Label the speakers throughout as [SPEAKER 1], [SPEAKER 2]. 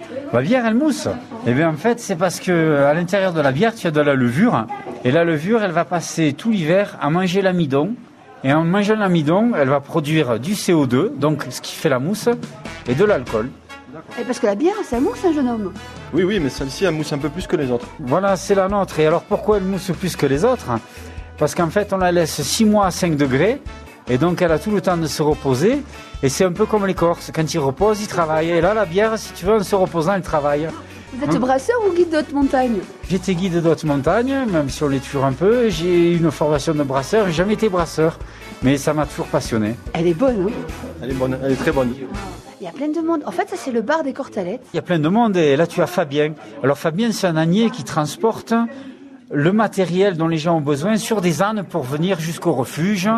[SPEAKER 1] La Bah, bière, elle mousse. Et bien en fait, c'est parce que euh, à l'intérieur de la bière, tu as de la levure. Et la levure, elle va passer tout l'hiver à manger l'amidon. Et en mangeant l'amidon, elle va produire du CO2, donc ce qui fait la mousse, et de l'alcool.
[SPEAKER 2] Eh, parce que la bière, ça mousse, un jeune homme.
[SPEAKER 3] Oui, oui, mais celle-ci, elle mousse un peu plus que les autres.
[SPEAKER 1] Voilà, c'est la nôtre. Et alors pourquoi elle mousse plus que les autres Parce qu'en fait, on la laisse 6 mois à 5 degrés. Et donc, elle a tout le temps de se reposer. Et c'est un peu comme les Corses. Quand ils reposent, ils travaillent. Et là, la bière, si tu veux, en se reposant, elle travaille.
[SPEAKER 2] Vous êtes brasseur ou guide de haute montagne
[SPEAKER 1] J'étais guide d'autres montagnes, même si on les toujours un peu. J'ai eu une formation de brasseur. J'ai jamais été brasseur. Mais ça m'a toujours passionné.
[SPEAKER 2] Elle est bonne, hein
[SPEAKER 3] Elle est bonne, elle est très bonne.
[SPEAKER 2] Il y a plein de monde. En fait, ça, c'est le bar des Cortalettes.
[SPEAKER 1] Il y a plein de monde. Et là, tu as Fabien. Alors, Fabien, c'est un ânier qui transporte le matériel dont les gens ont besoin sur des ânes pour venir jusqu'au refuge.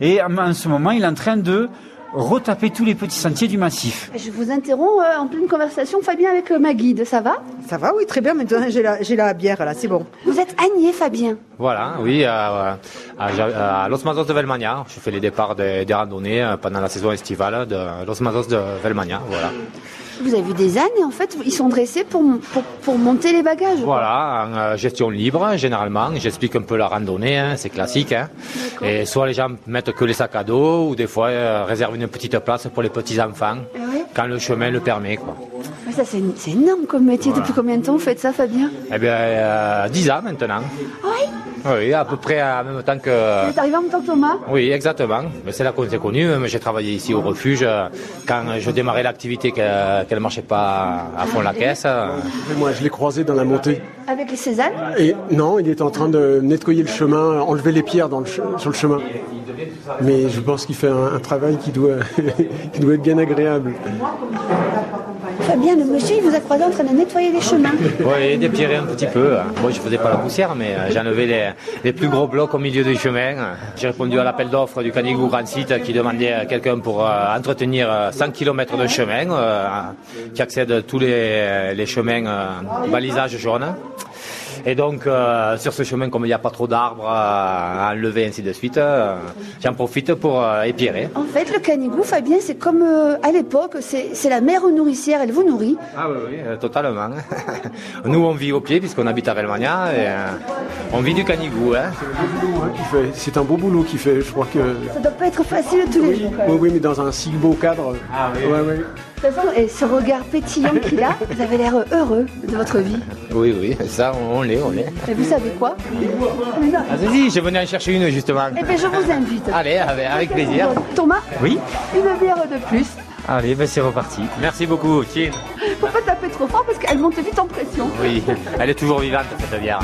[SPEAKER 1] Et en- en ce moment, il est en train de retaper tous les petits sentiers du massif.
[SPEAKER 2] Je vous interromps euh, en pleine conversation, Fabien, avec euh, ma guide. Ça va
[SPEAKER 4] Ça va, oui, très bien. Maintenant, j'ai la, j'ai la bière, là, c'est bon.
[SPEAKER 2] Vous êtes Agnès, Fabien.
[SPEAKER 5] Voilà, oui, à, à, euh, à, à Los Mazos de Velmania. Je fais les départs des, des randonnées euh, pendant la saison estivale de Los Mazos de Velmania. Voilà,
[SPEAKER 2] Vous avez vu des ânes et en fait, ils sont dressés pour, pour, pour monter les bagages.
[SPEAKER 5] voilà en euh, gestion libre, généralement. J'explique un peu la randonnée, hein, c'est classique. hein. Et soit les gens mettent que les sacs à dos, ou des fois euh, réservent une petite place pour les petits-enfants,
[SPEAKER 2] ouais.
[SPEAKER 5] quand le chemin le permet. Quoi.
[SPEAKER 2] Mais ça, c'est c'est énorme comme métier. Depuis combien de temps vous faites ça, Fabien
[SPEAKER 5] Eh bien, euh, 10 ans maintenant.
[SPEAKER 2] Oui.
[SPEAKER 5] Oui, à peu près en même temps que... euh,
[SPEAKER 2] Vous êtes arrivé en même temps que Thomas
[SPEAKER 5] Oui, exactement. Mais c'est là qu'on s'est connus. Mais J'ai travaillé ici au refuge. euh, Quand je démarrais l'activité que- qu'elle ne marchait pas à fond la caisse. euh,
[SPEAKER 6] Et moi, je l'ai croisé dans la montée.
[SPEAKER 2] Avec les Cézanne
[SPEAKER 6] Et non, il était en train de nettoyer le chemin, enlever les pierres dans le che- sur le chemin. Mais je pense qu'il fait un, un travail qui doit, qui doit être bien agréable.
[SPEAKER 2] Fabien, le monsieur, il vous a croisé en train de nettoyer les chemins.
[SPEAKER 5] Oui, dépierrer un petit peu. hein. Moi, je faisais pas la poussière, mais euh, j'enlevais les, les plus gros blocs au milieu du chemin. J'ai répondu à l'appel d'offres du Canigou Grand Site qui demandait euh, quelqu'un pour euh, entretenir euh, 100 km de chemin euh, qui accède à tous les, les chemins euh, balisage jaune. Et donc, euh, sur ce chemin, comme il n'y a pas trop d'arbres euh, à enlever, ainsi de suite, euh, j'en profite pour euh, épierrer.
[SPEAKER 2] En fait, le canigou, Fabien, c'est comme euh, à l'époque, c'est c'est la mère nourricière, elle vous nourrit.
[SPEAKER 5] Ah oui, oui, euh, totalement. Nous, on vit au pied puisqu'on habite à Velmania et euh, on vit du canigou. Hein.
[SPEAKER 6] Ouais, il fait- C'est un beau boulot qu'il fait, je crois que.
[SPEAKER 2] Ça doit pas être facile tous les jours. quand même.
[SPEAKER 6] Oui, oui, mais dans un si beau cadre.
[SPEAKER 5] Ah oui.
[SPEAKER 6] Ouais, ouais.
[SPEAKER 2] De toute façon, et ce regard pétillant qu'il a, vous avez l'air heureux de votre vie.
[SPEAKER 5] Oui, oui, ça, on l'est, on l'est.
[SPEAKER 2] Et vous savez quoi
[SPEAKER 5] Vas-y, Ah, je venais en chercher une, justement.
[SPEAKER 2] Eh bien, je vous invite.
[SPEAKER 5] Allez, avec, avec plaisir.
[SPEAKER 2] Thomas,
[SPEAKER 1] Oui
[SPEAKER 2] une bière de plus.
[SPEAKER 1] Allez, ben c'est reparti.
[SPEAKER 5] Merci beaucoup, Kim.
[SPEAKER 2] Faut pas taper trop fort parce qu'elle monte vite en pression.
[SPEAKER 5] Oui, elle est toujours vivante, cette bière.